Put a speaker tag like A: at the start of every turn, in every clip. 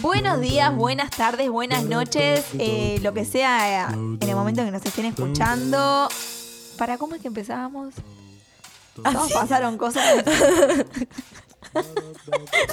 A: Buenos días, buenas tardes, buenas noches, eh, lo que sea eh, en el momento que nos estén escuchando. ¿Para cómo es que empezábamos? Todos pasaron cosas.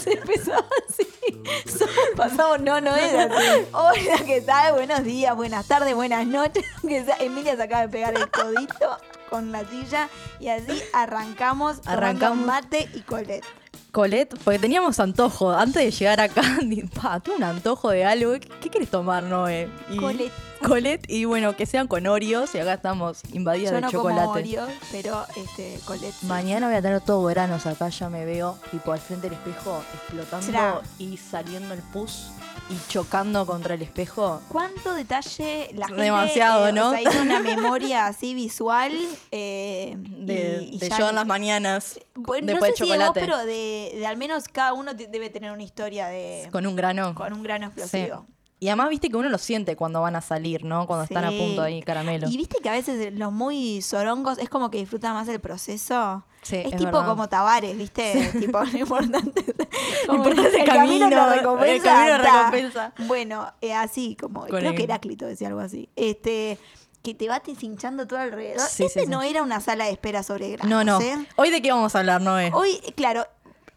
A: Se empezaba así. Solo pasamos, no, no era así. Hola, ¿qué tal? Buenos días, buenas tardes, buenas noches. Que sea- Emilia se acaba de pegar el codito con la silla y así arrancamos arrancamos
B: Arrancamos.
A: mate y colette.
B: Colette, porque teníamos antojo. Antes de llegar acá, di- pa, tuve un antojo de algo. ¿Qué, qué querés tomar, Noé? Y-
A: Colette.
B: Colette, y bueno, que sean con Oreos. Y acá estamos invadidas
A: Yo
B: de
A: no
B: chocolate.
A: como Oreo, pero este, Colette. sí.
B: Mañana voy a tener todo verano acá, ya me veo tipo al frente del espejo explotando
A: Será.
B: y saliendo el pus y chocando contra el espejo.
A: ¿Cuánto detalle la gente
B: Demasiado,
A: eh,
B: ¿no?
A: O sea, hizo una memoria así visual eh,
B: De,
A: y- y
B: de
A: ya- Eh,
B: yo en las mañanas
A: Bueno,
B: después
A: no sé
B: de
A: si de vos,
B: chocolate.
A: pero de, de al menos cada uno te- debe tener una historia de con,
B: con un grano.
A: un grano explosivo.
B: Sí. Y además viste que uno lo siente cuando van a salir, ¿no? Cuando están a
A: Sí.
B: punto ahí, caramelo.
A: Y viste que a veces los muy sorongos es como que disfrutan más el proceso.
B: Sí,
A: es,
B: es
A: tipo
B: verdad.
A: como Tabares, ¿viste? Tipo, lo importante.
B: Lo importante es el camino,
A: lo
B: el
A: recompensa.
B: camino
A: está.
B: recompensa.
A: Bueno, eh, así como.
B: Con
A: creo
B: el-
A: que Heráclito decía algo así. Este. Que te vas hinchando todo alrededor.
B: Sí,
A: este
B: sí, sí.
A: no era una sala de espera sobre granos.
B: No, Eh. no.
A: ¿eh?
B: ¿Hoy de qué vamos a hablar, Noé?
A: Hoy, claro,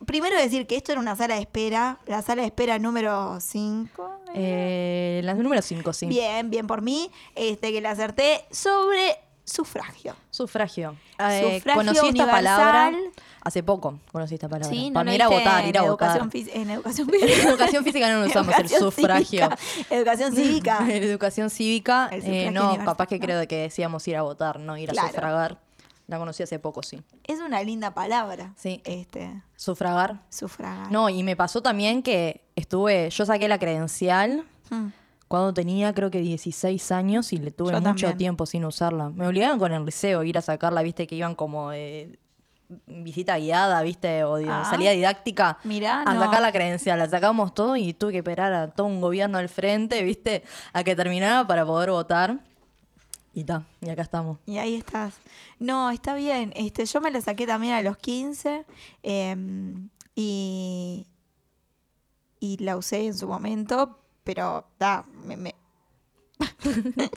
A: primero decir que esto era una sala de espera, la sala de espera número 5.
B: Eh, la número 5, sí.
A: Bien, bien por mí, este que la acerté sobre sufragio.
B: Sufragio. Eh,
A: Sufragio
B: conocí esta
A: universal.
B: palabra hace poco. Conocí esta palabra. Para mí era votar, ir a votar.
A: En educación
B: En
A: física.
B: educación física no lo usamos, el
A: Educación
B: sufragio.
A: cívica. Educación cívica.
B: En educación cívica,
A: El
B: eh,
A: sufragio
B: no,
A: universal,
B: capaz que
A: ¿no?
B: creo que decíamos ir a votar, no ir a
A: Claro.
B: sufragar. La conocí hace poco, sí.
A: Es una linda palabra.
B: Sí.
A: Este,
B: Sufragar.
A: sufragar.
B: No, y me pasó también que estuve, yo saqué la credencial
A: Mm.
B: cuando tenía creo que 16 años y le tuve
A: Yo
B: mucho
A: también.
B: tiempo sin usarla. Me obligaban con el liceo a ir a sacarla, viste que iban como de visita guiada, viste, o de
A: Ah.
B: salida didáctica.
A: Mirá,
B: a
A: no.
B: sacar la credencial, la sacamos todo y tuve que esperar a todo un gobierno al frente, viste, a que terminara para poder votar. Y ta, y acá estamos.
A: Y ahí estás. No, está bien. Este, yo me la saqué también a los 15 em, y, y la usé en su momento, pero da, me- me-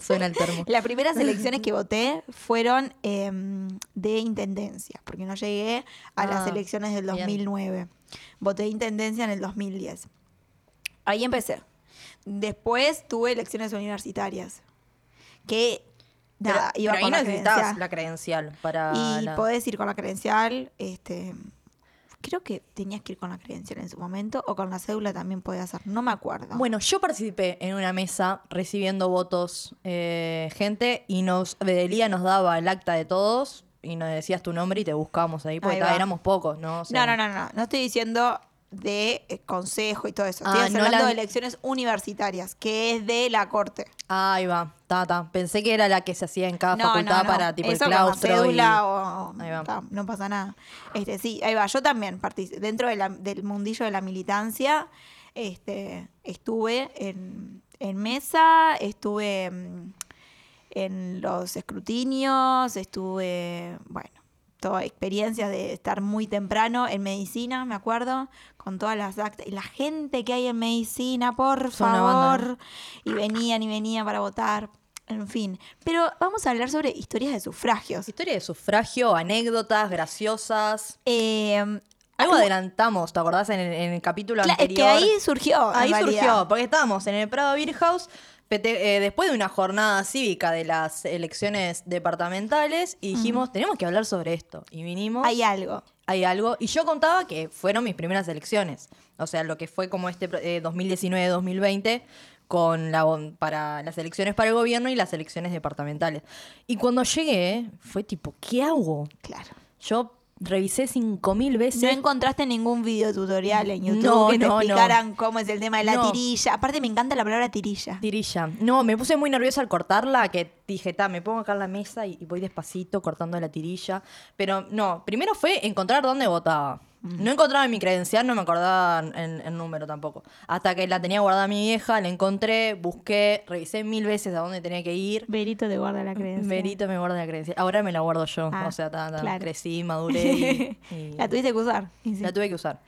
B: Suena el termo.
A: las primeras elecciones que voté fueron em, de intendencia, porque no llegué a las
B: Ah,
A: elecciones del
B: bien.
A: 2009. Voté de intendencia en el 2010. Ahí empecé. Después tuve elecciones universitarias, que nada,
B: Pero-
A: iba
B: pero
A: con
B: ahí
A: la
B: necesitabas
A: credencial.
B: la credencial para...
A: Y
B: la-
A: podés ir con la credencial, este creo que tenías que ir con la credencial en su momento o con la cédula también podías hacer, no me acuerdo.
B: Bueno, yo participé en una mesa recibiendo votos eh, gente y nos Bedelía nos daba el acta de todos y nos decías tu nombre y te buscábamos ahí porque
A: Ahí
B: ta,
A: va.
B: éramos pocos, ¿no? O sea,
A: no, no, no, no, no estoy diciendo de eh, consejo y todo eso, estoy
B: Ah, no
A: hablando
B: la-
A: de elecciones universitarias, que es de la corte.
B: Ahí va, ta, ta. Pensé que era la que se hacía en cada
A: no, no,
B: facultad
A: no.
B: para tipo
A: Eso con
B: el
A: la
B: claustro. y-
A: cédula o-
B: Ahí va.
A: ta, no pasa nada. Este, sí, ahí va. Yo también partici- dentro de la- del mundillo de la militancia, este, estuve en, en mesa, estuve mm, en los escrutinios, estuve, bueno, toda experiencia de estar muy temprano en medicina, me acuerdo, con todas las actas. Y la gente que hay en medicina, por
B: Es una banda, ¿eh?
A: favor. Y venían y venían para votar. En fin. Pero vamos a hablar sobre historias de sufragios.
B: Historia de sufragio, anécdotas graciosas.
A: Eh,
B: Algo adelantamos, ¿te acordás? En el, en el capítulo
A: cla- es que
B: anterior.
A: ahí surgió. Oh, en
B: Ahí
A: realidad.
B: surgió, porque estábamos en el Prado Beer House pete- eh, después de una jornada cívica de las elecciones departamentales y dijimos, tenemos que hablar sobre esto. Y vinimos,
A: Hay algo.
B: hay algo. Y yo contaba que fueron mis primeras elecciones. O sea, lo que fue como este pro- eh, 2019-2020 con la gon- para las elecciones para el gobierno y las elecciones departamentales. Y cuando llegué, fue tipo, ¿qué hago?
A: Claro.
B: Yo revisé 5.000 veces.
A: No encontraste ningún video tutorial en YouTube
B: No,
A: que te
B: no, no.
A: explicaran cómo es el tema de la
B: No.
A: tirilla. Aparte me encanta la palabra tirilla.
B: Tirilla. No, me puse muy nerviosa al cortarla, que dije, ta, me pongo acá en la mesa y, y voy despacito cortando la tirilla. Pero no, primero fue encontrar dónde votaba. No encontraba mi credencial, no me acordaba el, el número tampoco. Hasta que la tenía guardada mi vieja, la encontré, busqué, revisé mil veces a dónde tenía que ir.
A: Verito te guarda la creencia.
B: Verito me guarda la credencial. Ahora me la guardo yo.
A: Ah,
B: o sea, ta, ta,
A: claro.
B: crecí, maduré y- y
A: La tuviste que usar. Y sí.
B: la tuve que usar.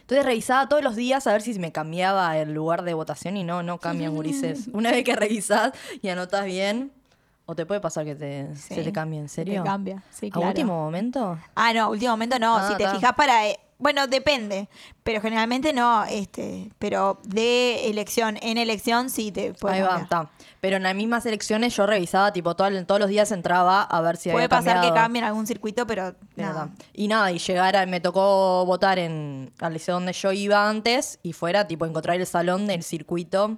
B: Entonces revisaba todos los días a ver si me cambiaba el lugar de votación y no, no cambian gurises. Una vez que revisás y anotas bien, o te puede pasar que te,
A: Sí.
B: se te cambie, ¿en serio?
C: Te cambia, sí,
B: ¿A
C: claro.
B: último momento?
A: Ah, no, último momento no.
B: Ah,
A: si te
B: ta.
A: fijas para. eh, bueno, depende. Pero generalmente no. este Pero de elección en elección sí te puede
B: Ahí va,
A: cambiar.
B: está. Pero en las mismas elecciones yo revisaba, tipo, todo el- todos los días entraba a ver si
A: Puede
B: había
A: pasar que
B: cambiado.
A: cambien algún circuito, pero.
B: Pero
A: nada.
B: ta. Y nada, y llegara, me tocó votar en al liceo donde yo iba antes y fuera, tipo, encontrar el salón del circuito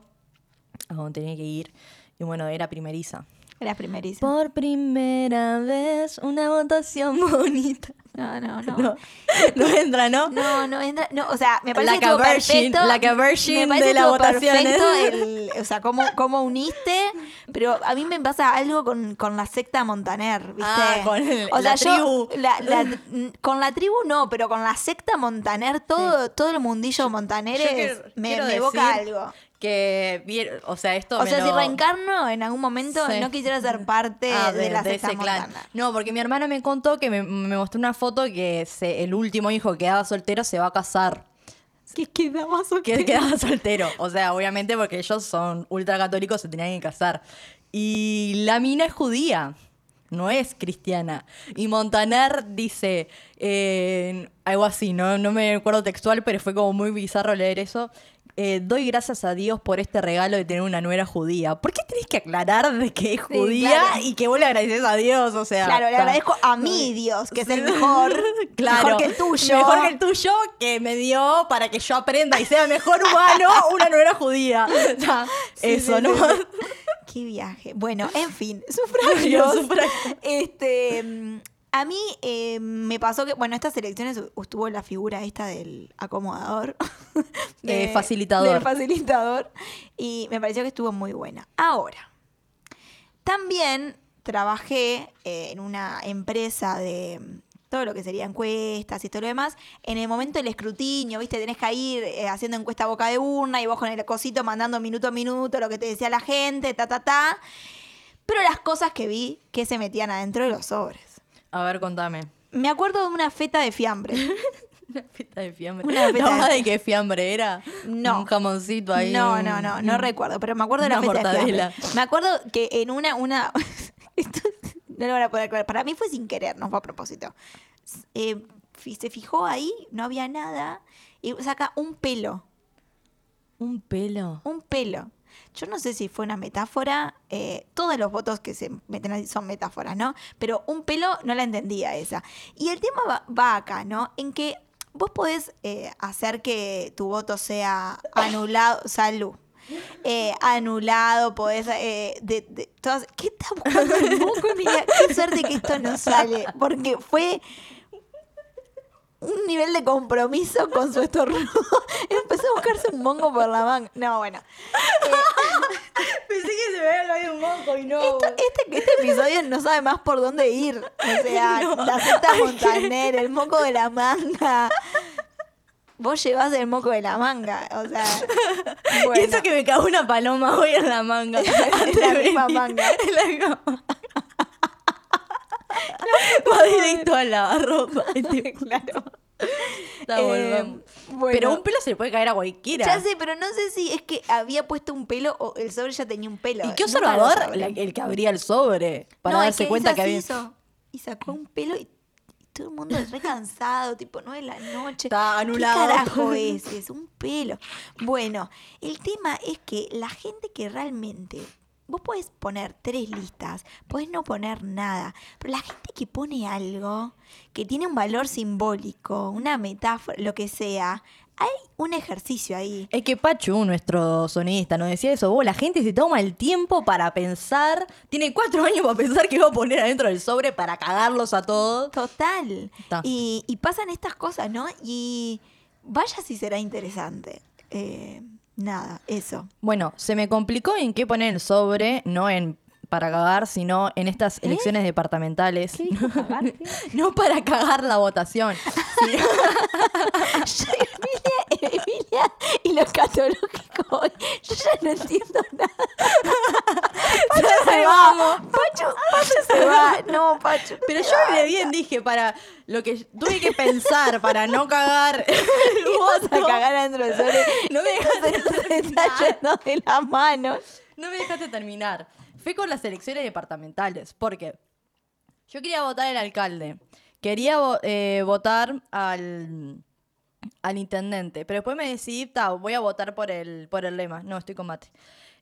B: a donde tenía que ir. Y bueno, era primeriza.
A: Era primeriza.
B: Por primera vez, una votación bonita.
A: No, no, no.
B: No, no entra, ¿no?
A: No, no entra. No, o sea, me parece
B: Like
A: que estuvo
B: a virgin,
A: perfecto.
B: like a virgin
A: me parece
B: de
A: estuvo
B: las votaciones.
A: perfecto el- o sea, cómo, cómo uniste. Pero a mí me pasa algo con, con la secta Montaner, ¿viste?
B: Ah, con el-
A: o sea,
B: la
A: yo-
B: tribu.
A: la- la- n- con la tribu no, pero con la secta Montaner, todo, todo el mundillo Montaner
B: Yo quiero-
A: me,
B: quiero
A: me evoca
B: decir
A: algo.
B: Que, vier- o sea, esto
A: O
B: me
A: sea, si
B: lo-
A: reencarno en algún momento,
B: Sí.
A: no quisiera ser parte
B: Ah,
A: de, la secta
B: ese clan.
A: Montaner.
B: No, porque mi hermana me contó que me, me mostró una foto que se- el último hijo que quedaba soltero se va a casar.
A: ¿Qué quedaba
B: Que quedaba soltero. O sea, obviamente porque ellos son ultracatólicos, se tenían que casar. Y la mina es judía, no es cristiana. Y Montaner dice eh, algo así, no, no me acuerdo textual, pero fue como muy bizarro leer eso. Eh, doy gracias a Dios por este regalo de tener una nuera judía. ¿Por qué tenés que aclarar de que es
A: Sí,
B: judía
A: claro.
B: y que vos le agradeces a Dios? O sea,
A: Claro, le
B: está.
A: agradezco a mi Dios, que es el mejor.
B: Claro.
A: Mejor que el tuyo.
B: Mejor que el tuyo que me dio para que yo aprenda y sea mejor humano una nuera judía. O sea,
A: Sí,
B: eso,
A: sí,
B: ¿no?
A: sí, sí. Qué viaje. Bueno, en fin, sufragios.
B: Los sufragios.
A: Este, mm, a mí eh, me pasó que, bueno, estas elecciones u- estuvo la figura esta del acomodador.
B: Eh, facilitador.
A: Del facilitador. Y me pareció que estuvo muy buena. Ahora, también trabajé eh, en una empresa de mm, todo lo que sería encuestas y todo lo demás. En el momento del escrutinio, ¿viste? Tenés que ir eh, haciendo encuesta a boca de urna y vos con el cosito mandando minuto a minuto lo que te decía la gente, ta, ta, ta. Pero las cosas que vi que se metían adentro de los sobres.
B: A ver, contame.
A: Me acuerdo de una feta de fiambre.
B: Una feta de fiambre.
A: Una feta
B: ¿No
A: de-
B: sabés de qué fiambre era?
A: No.
B: Un jamoncito ahí.
A: No,
B: un-
A: no, no, no recuerdo, pero me acuerdo de la
B: Una
A: feta de
B: mortadela.
A: fiambre. Me acuerdo que en una, una, esto no lo van a poder creer, para mí fue sin querer, no fue a propósito. S- eh, fi- se fijó ahí, no había nada, y saca un pelo,
B: Un pelo.
A: un pelo. Yo no sé si fue una metáfora, eh, todos los votos que se meten ahí son metáforas, ¿no? Pero un pelo no la entendía esa. Y el tema va, va acá, ¿no? En que vos podés eh, hacer que tu voto sea anulado, salud. Eh, anulado, podés. eh, de, de- todas- ¿Qué está buscando el moco, Emilia? Qué suerte que esto no sale, porque fue un nivel de compromiso con su estornudo. Empezó a buscarse un mongo por la manga. No, bueno.
B: Pensé que se me había caído un moco y no.
A: Esto- este, este episodio no sabe más por dónde ir. O sea, la secta Montaner, el moco de la manga. Vos llevás el moco de la manga. O sea,
B: Y
A: bueno,
B: eso que me cagó una paloma hoy en la manga. Antes
A: la
B: de
A: misma
B: venir.
A: manga.
B: En la misma manga. Va directo a la ropa.
A: claro.
B: Está,
A: Eh,
B: volvamos.
A: bueno.
B: Pero un pelo se le puede caer a cualquiera.
A: Ya sé, pero no sé si es que había puesto un pelo o el sobre ya tenía un pelo.
B: ¿Y qué
A: Nunca lo
B: observador?
A: sabré.
B: La- el que abría el sobre para
A: No, es
B: darse
A: que
B: cuenta
A: hizo
B: que
A: así,
B: había.
A: hizo. y sacó un pelo y, y todo el mundo es re cansado, tipo nueve de la noche.
B: Está anulado.
A: ¿Qué carajo es? Es un pelo. Bueno, el tema es que la gente que realmente. Vos podés poner tres listas, podés no poner nada, pero la gente que pone algo que tiene un valor simbólico, una metáfora, lo que sea, hay un ejercicio ahí.
B: Es que Pachu, nuestro sonidista, nos decía eso. Vos, la gente se toma el tiempo para pensar. Tiene cuatro años para pensar qué va a poner adentro del sobre para cagarlos a todos.
A: Total.
B: Ta.
A: Y, y pasan estas cosas, ¿no? Y vaya si será interesante. Eh, nada, eso.
B: Bueno, se me complicó en qué poner el sobre, no en para cagar, sino en estas elecciones departamentales. no para cagar la votación. sino-
A: Emilia, Emilia y lo escatológico hoy. Yo ya no Ah, entiendo nada. Pacho se va. Pacho, Pacho se va. No, Pacho.
B: Pero yo le bien dije para lo que tuve que pensar para no cagar el
A: Vamos a
B: voto.
A: cagar adentro del sol.
B: No me dejaste
A: Se está yendo de las manos.
B: No me dejaste terminar. Fui con las elecciones departamentales, porque yo quería votar al alcalde, quería vo- eh, votar al, al intendente, pero después me decidí, "Ta, voy a votar por el, por el lema. No, estoy con mate.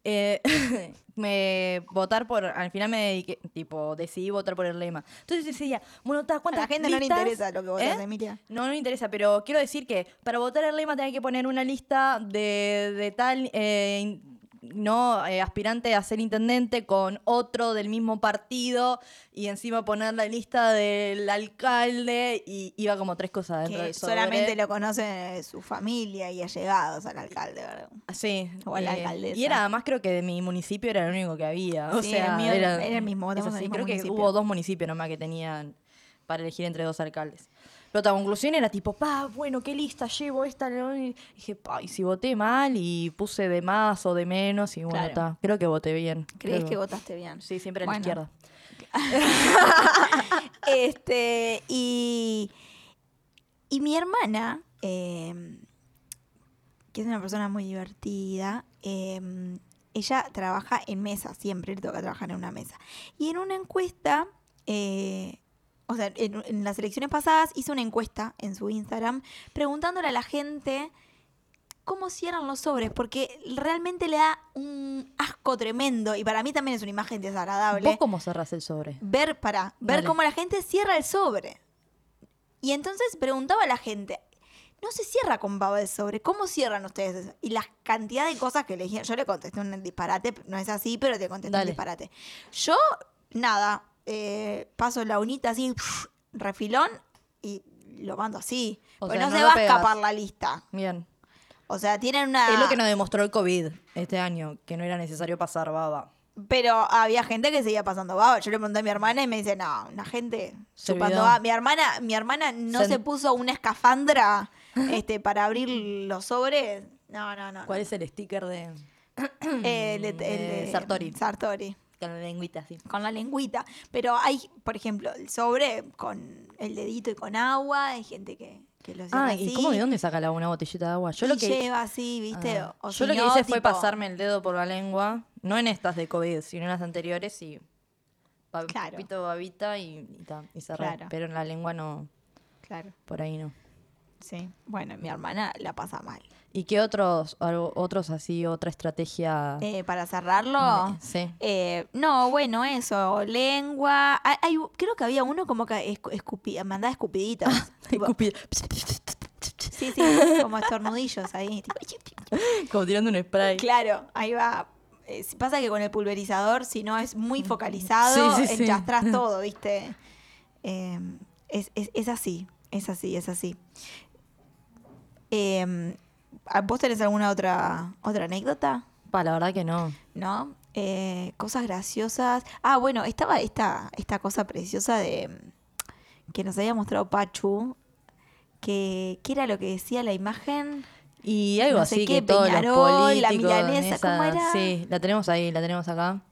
B: Eh, me votar por al final me dediqué, tipo decidí votar por el lema entonces decía bueno ta,
A: A
B: cuántas
A: la gente no le
B: listas?
A: interesa lo que votas,
B: ¿Eh?
A: Emilia.
B: No, no me interesa, pero quiero decir que para votar el lema tenés que poner una lista de, de tal eh, in- no eh, aspirante a ser intendente con otro del mismo partido y encima poner la lista del alcalde y iba como tres cosas dentro
A: Que
B: del sobre.
A: solamente lo conoce su familia y allegados al alcalde, ¿verdad?
B: Sí, eh,
A: o a la alcaldesa.
B: Y era además creo que de mi municipio era el único que había. O
A: Sí,
B: sea,
A: el mío
B: era,
A: era el mismo,
B: es
A: votamos
B: así.
A: el mismo
B: creo
A: municipio.
B: que hubo dos municipios nomás que tenían para elegir entre dos alcaldes. Pero la conclusión era tipo, pa, bueno, qué lista llevo esta. ¿no? Y dije, pa, y si voté mal y puse de más o de menos, y bueno,
A: Claro.
B: ta, creo que voté bien.
A: ¿Crees
B: Creo-
A: que votaste bien?
B: Sí, siempre a
A: Bueno.
B: la izquierda.
A: Este, y, y mi hermana, eh, que es una persona muy divertida, eh, ella trabaja en mesa, siempre le toca trabajar en una mesa. Y en una encuesta, eh, o sea, en, en las elecciones pasadas hizo una encuesta en su Instagram preguntándole a la gente cómo cierran los sobres, porque realmente le da un asco tremendo y para mí también es una imagen desagradable
B: ¿Vos cómo cerrás el sobre?
A: ver para ver
B: Dale.
A: cómo la gente cierra el sobre. Y entonces preguntaba a la gente, no se cierra con baba el sobre, ¿cómo cierran ustedes eso? Y la cantidad de cosas que le dijeron, yo le contesté un disparate, no es así, pero te contesté un
B: Dale.
A: disparate. Yo, nada, eh, paso la unita así, refilón, y lo mando así.
B: O
A: Porque
B: sea,
A: no,
B: no
A: se
B: lo
A: va
B: pegas.
A: a escapar la lista.
B: Bien.
A: O sea, tienen una...
B: Es lo que nos demostró el COVID este año, que no era necesario pasar baba.
A: Pero había gente que seguía pasando baba. Yo le pregunté a mi hermana y me dice, no, la gente
B: Se
A: chupando
B: olvidó.
A: baba. Mi hermana, mi hermana no
B: Sen-
A: se puso una escafandra este, para abrir los sobres. No, no, no.
B: ¿Cuál
A: no.
B: es el sticker de,
A: Eh, el de- el
B: de
A: de-
B: Sartori?
A: Sartori.
B: Con la lengüita así.
A: Con la lengüita. Pero hay, por ejemplo, el sobre con el dedito y con agua. Hay gente que, que lo cierra
B: Ah,
A: así.
B: ¿y cómo de dónde saca la una botellita de agua? Yo lo
A: y
B: que
A: lleva así, ¿viste?
B: Ah,
A: O
B: yo
A: si
B: lo que
A: no,
B: hice fue
A: tipo,
B: pasarme el dedo por la lengua, no en estas de COVID, sino en las anteriores y pa-
A: Claro.
B: papito, babita y, y, ta, y cerré.
A: Claro.
B: Pero en la lengua no,
A: Claro,
B: por ahí no.
A: sí. Bueno, mi hermana la pasa mal.
B: ¿Y qué otros algo- otros así otra estrategia?
A: Eh, para cerrarlo.
B: Mm, sí.
A: Eh, no, bueno, eso, lengua. Hay- hay- creo que había uno como que escu- escupi- mandaba escupiditas. tipo,
B: Escupir.
A: sí, sí, como estornudillos ahí. tipo,
B: Como tirando un spray.
A: claro, ahí va. Eh, si- pasa que con el pulverizador, si no es muy focalizado,
B: Mm. Sí, sí, sí.
A: enchastras todo, ¿viste? Eh, es, es- es así, es así, es así. Eh, ¿Vos tenés alguna otra, otra anécdota?
B: Pa, la verdad que no.
A: ¿no? Eh, cosas graciosas. Ah, bueno, estaba esta, esta cosa preciosa de mm, que nos había mostrado Pachu, que, ¿qué era lo que decía la imagen?
B: Y algo
A: No sé
B: así
A: qué,
B: que todos los
A: Peñarol, la
B: políticos,
A: milanesa, ¿cómo era?
B: Sí, la tenemos ahí, la tenemos acá.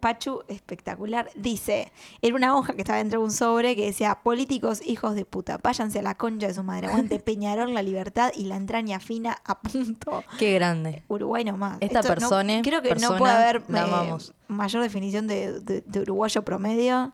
A: Pachu, espectacular, dice, era una hoja que estaba dentro de un sobre que decía, políticos hijos de puta, váyanse a la concha de su madre, aguante Peñarol, la libertad y la entraña fina a punto.
B: Qué grande.
A: Uruguay nomás.
B: Esta
A: no-
B: persona-
A: creo que no
B: persona,
A: puede haber
B: la
A: eh,
B: amamos.
A: mayor definición de- de- de uruguayo promedio.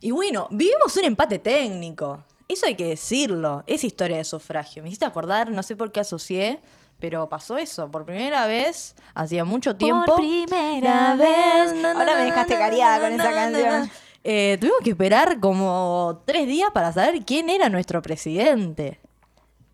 B: Y bueno, vivimos un empate técnico. Eso hay que decirlo. Es historia de sufragio. Me hiciste acordar, no sé por qué asocié, pero pasó eso. Por primera vez, hacía mucho tiempo.
A: Por primera vez.
B: Na, na,
A: Ahora me
B: na,
A: dejaste
B: na,
A: cariada
B: na,
A: con
B: na,
A: esa
B: na, na,
A: canción.
B: na. Eh, tuvimos que esperar como tres días para saber quién era nuestro presidente.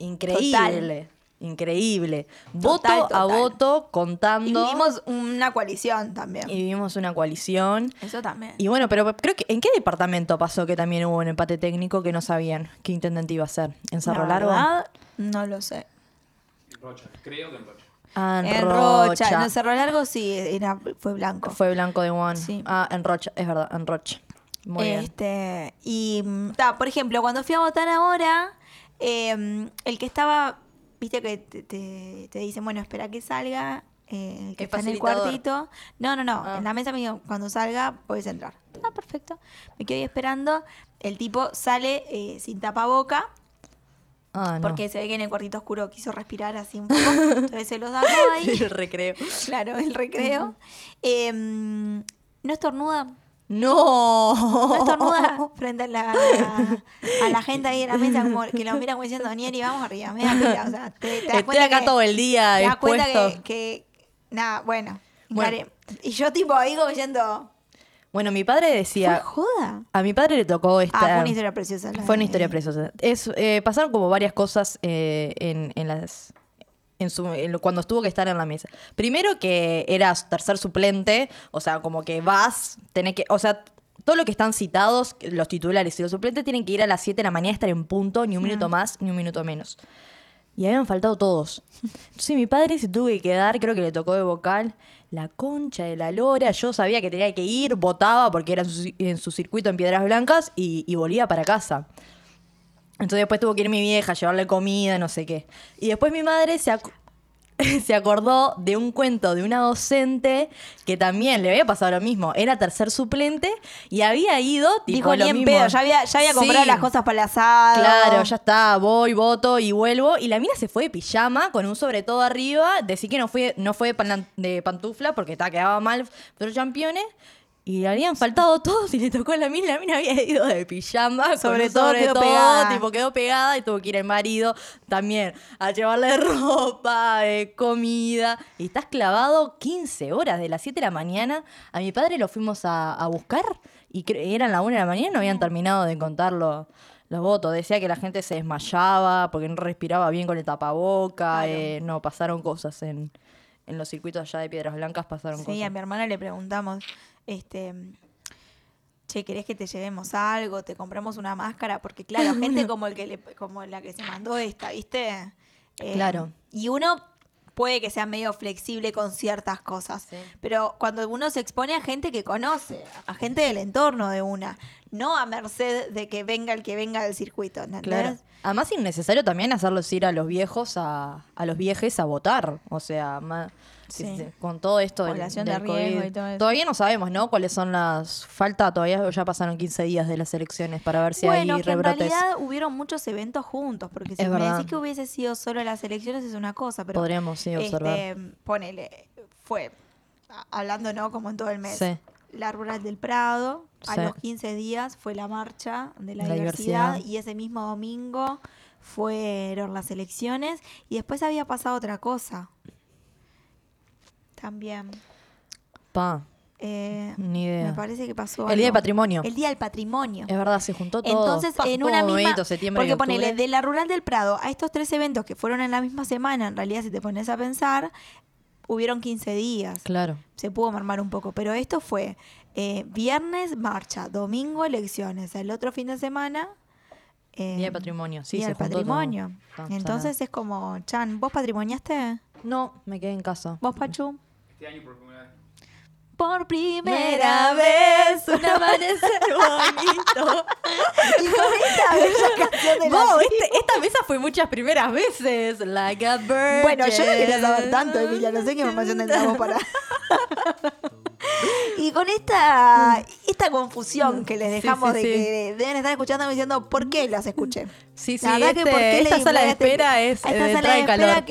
B: Increíble. Increíble. Voto
A: Total,
B: a
A: total.
B: voto,
A: Y
B: contando.
A: vivimos una coalición también.
B: y vivimos una coalición.
A: Eso también.
B: Y bueno, pero creo que ¿en qué departamento pasó que también hubo un empate técnico que no sabían qué intendente iba a ser? ¿En Cerro
A: La
B: Largo?
A: verdad, no lo sé.
C: Rocha, creo que en Rocha.
B: Ah, en,
A: En
B: Rocha.
A: Rocha. En el Cerro Largo sí era, fue blanco.
B: Fue Blanco de Juan.
A: Sí.
B: Ah, en Rocha, es verdad, en Rocha. Muy bien.
A: este, Y, mm, ta, por ejemplo, cuando fui a votar ahora, em, eh, el que estaba, viste que te, te- te dicen, bueno, espera que salga. eh, el que
B: Es
A: está en el
B: facilitador.
A: cuartito. No, no, no.
B: Ah.
A: En la mesa me dijo, cuando salga, puedes entrar. Ah, perfecto. Me quedo ahí esperando. El tipo sale eh, sin tapaboca.
B: Ah, no.
A: Porque se ve que en el cuartito oscuro quiso respirar así un poco. Entonces se los da todo ahí.
B: el recreo.
A: claro, el recreo. Eh, no estornuda.
B: No.
A: No
B: oh,
A: estornuda frente a la, a la gente ahí en la mesa como que lo mira como diciendo, Nieri, vamos arriba, me da pila". O sea, te, te das
B: Estoy
A: cuenta
B: acá
A: que-
B: todo el día
A: te das cuenta
B: expuesto.
A: que, que- nada, bueno,
B: Bueno.
A: encaré. Y yo tipo ahí como diciendo,
B: Bueno, mi padre
A: ¿fue
B: decía.
A: joda?
B: A mi padre le tocó este
A: Ah,
B: esta.
A: fue una historia preciosa. la
B: ah, Fue una
A: de-
B: historia preciosa. Es, eh, pasaron como varias cosas eh, en, en las. En su, en lo- cuando estuvo que estar en la mesa. Primero que eras tercer suplente, o sea, como que vas, tenés que, o sea, todos los que están citados, los titulares y los suplentes tienen que ir a las 7 de la mañana, estar en punto, ni un minuto más, ni un minuto menos. Y habían faltado todos. Entonces mi padre se tuvo que quedar, creo que le tocó de vocal, la concha de la lora. Yo sabía que tenía que ir, votaba porque era en su, en su circuito en Piedras Blancas y, y volvía para casa. Entonces después tuvo que ir mi vieja, llevarle comida, no sé qué. Y después mi madre se, ac- se acordó de un cuento de una docente que también le había pasado lo mismo. Era tercer suplente y había ido, tipo,
A: Dijo,
B: lo
A: ni en
B: mismo.
A: pedo, ya había, ya había comprado
B: Sí.
A: las cosas para el asado.
B: Claro, ya está, voy, voto y vuelvo. Y la mina se fue de pijama con un sobre todo arriba. Decí que no fue, no fue de pan- de pantufla porque ta, quedaba mal pero championes. Y le habían faltado todos y le tocó a la mina. La mina había ido de pijama,
A: Sobre
B: sobre todo,
A: todo
B: sobre
A: quedó
B: todo,
A: pegada.
B: tipo quedó pegada y tuvo que ir el marido también a llevarle ropa, eh, comida. Y estás clavado 15 horas de las 7 de la mañana. A mi padre lo fuimos a, a buscar y cre- eran las 1 de la mañana y no habían terminado de contar lo- los votos. Decía que la gente se desmayaba porque no respiraba bien con el tapaboca. eh, no, pasaron cosas en, en los circuitos allá de Piedras Blancas, pasaron
A: Sí, a
B: cosas.
A: mi hermana le preguntamos, este, che, ¿querés que te llevemos algo? ¿Te compramos una máscara? Porque claro, gente como, el que le- como la que se mandó esta, ¿viste? Eh,
B: Claro.
A: Y uno puede que sea medio flexible con ciertas cosas,
B: Sí.
A: pero cuando uno se expone a gente que conoce, a gente del entorno de una, no a merced de que venga el que venga del circuito, ¿entendés?
B: Claro. Además, innecesario también hacerlos ir a los viejos a, a los viejes a votar. O sea, ma-
A: Sí.
B: que se- con todo esto del,
A: Población
B: del
A: de riesgo
B: COVID.
A: y todo eso.
B: Todavía no sabemos, ¿no? Cuáles son las. Falta todavía, ya pasaron 15 días de las elecciones para ver si
A: bueno,
B: hay
A: que en
B: rebrotes.
A: realidad hubieron muchos eventos juntos, porque si
B: Es
A: me
B: verdad.
A: decís que hubiese sido solo las elecciones es una cosa, pero
B: Podríamos, sí, observar.
A: este, ponele, fue a- hablando no como en todo el mes.
B: Sí.
A: La rural del Prado, a
B: Sí.
A: los 15 días fue la marcha de la,
B: La
A: diversidad,
B: diversidad.
A: y ese mismo domingo fueron las elecciones y después había pasado otra cosa. También.
B: Pa,
A: eh,
B: ni idea.
A: me parece que pasó
B: El Día del
A: algo.
B: Patrimonio.
A: El Día del Patrimonio.
B: Es verdad, se juntó todo.
A: Entonces,
B: Pa,
A: en
B: todo
A: una misma.
B: evento, septiembre y
A: porque ponele,
B: octubre.
A: de la rural del Prado a estos tres eventos que fueron en la misma semana, en realidad, si te pones a pensar, hubieron 15 días.
B: Claro.
A: Se pudo marmar un poco. Pero esto fue eh, viernes, marcha, domingo, elecciones. El otro fin de semana. eh,
B: Día del Patrimonio. Sí,
A: Día
B: se
A: del
B: juntó
A: patrimonio.
B: todo. Ah, ya
A: Entonces es como, Chan, ¿vos patrimoniaste?
B: No, me quedé en casa.
A: ¿Vos, Pachu?
C: Este año por primera vez.
A: Por primera
B: Primera
A: vez.
B: vez, un amanecer bonito.
A: Y con esta bella canción de la
B: Wow, este- esta mesa fue muchas primeras veces. Like a bird.
A: Bueno, yo no quería saber tanto, Emilia, no sé qué información tendríamos para. y con esta, esta confusión que les
B: Sí,
A: dejamos
B: sí,
A: de
B: sí.
A: que deben estar escuchando diciendo por qué las escuché.
B: Sí, sí,
A: La verdad
B: este-
A: que por qué
B: esta
A: le
B: sala de
A: ignoraste-
B: espera es
A: a
B: eh,
A: esta
B: de
A: sala de
B: entrada y calor.
A: espera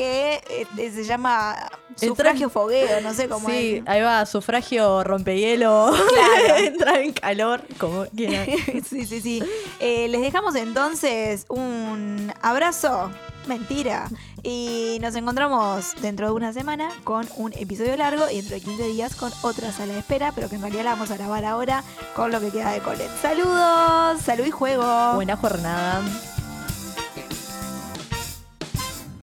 A: que eh, se llama
B: Entra-
A: sufragio fogueo, no sé cómo
B: Sí,
A: es.
B: ahí va, sufragio rompehielo.
A: Claro.
B: Entra en calor, como quieran.
A: sí, sí, sí. Eh, les dejamos entonces un abrazo. Mentira. Y nos encontramos dentro de una semana con un episodio largo y dentro de 15 días con otra sala de espera, pero que en realidad la vamos a grabar ahora con lo que queda de Colette. Saludos, salud y juego.
B: Buena jornada.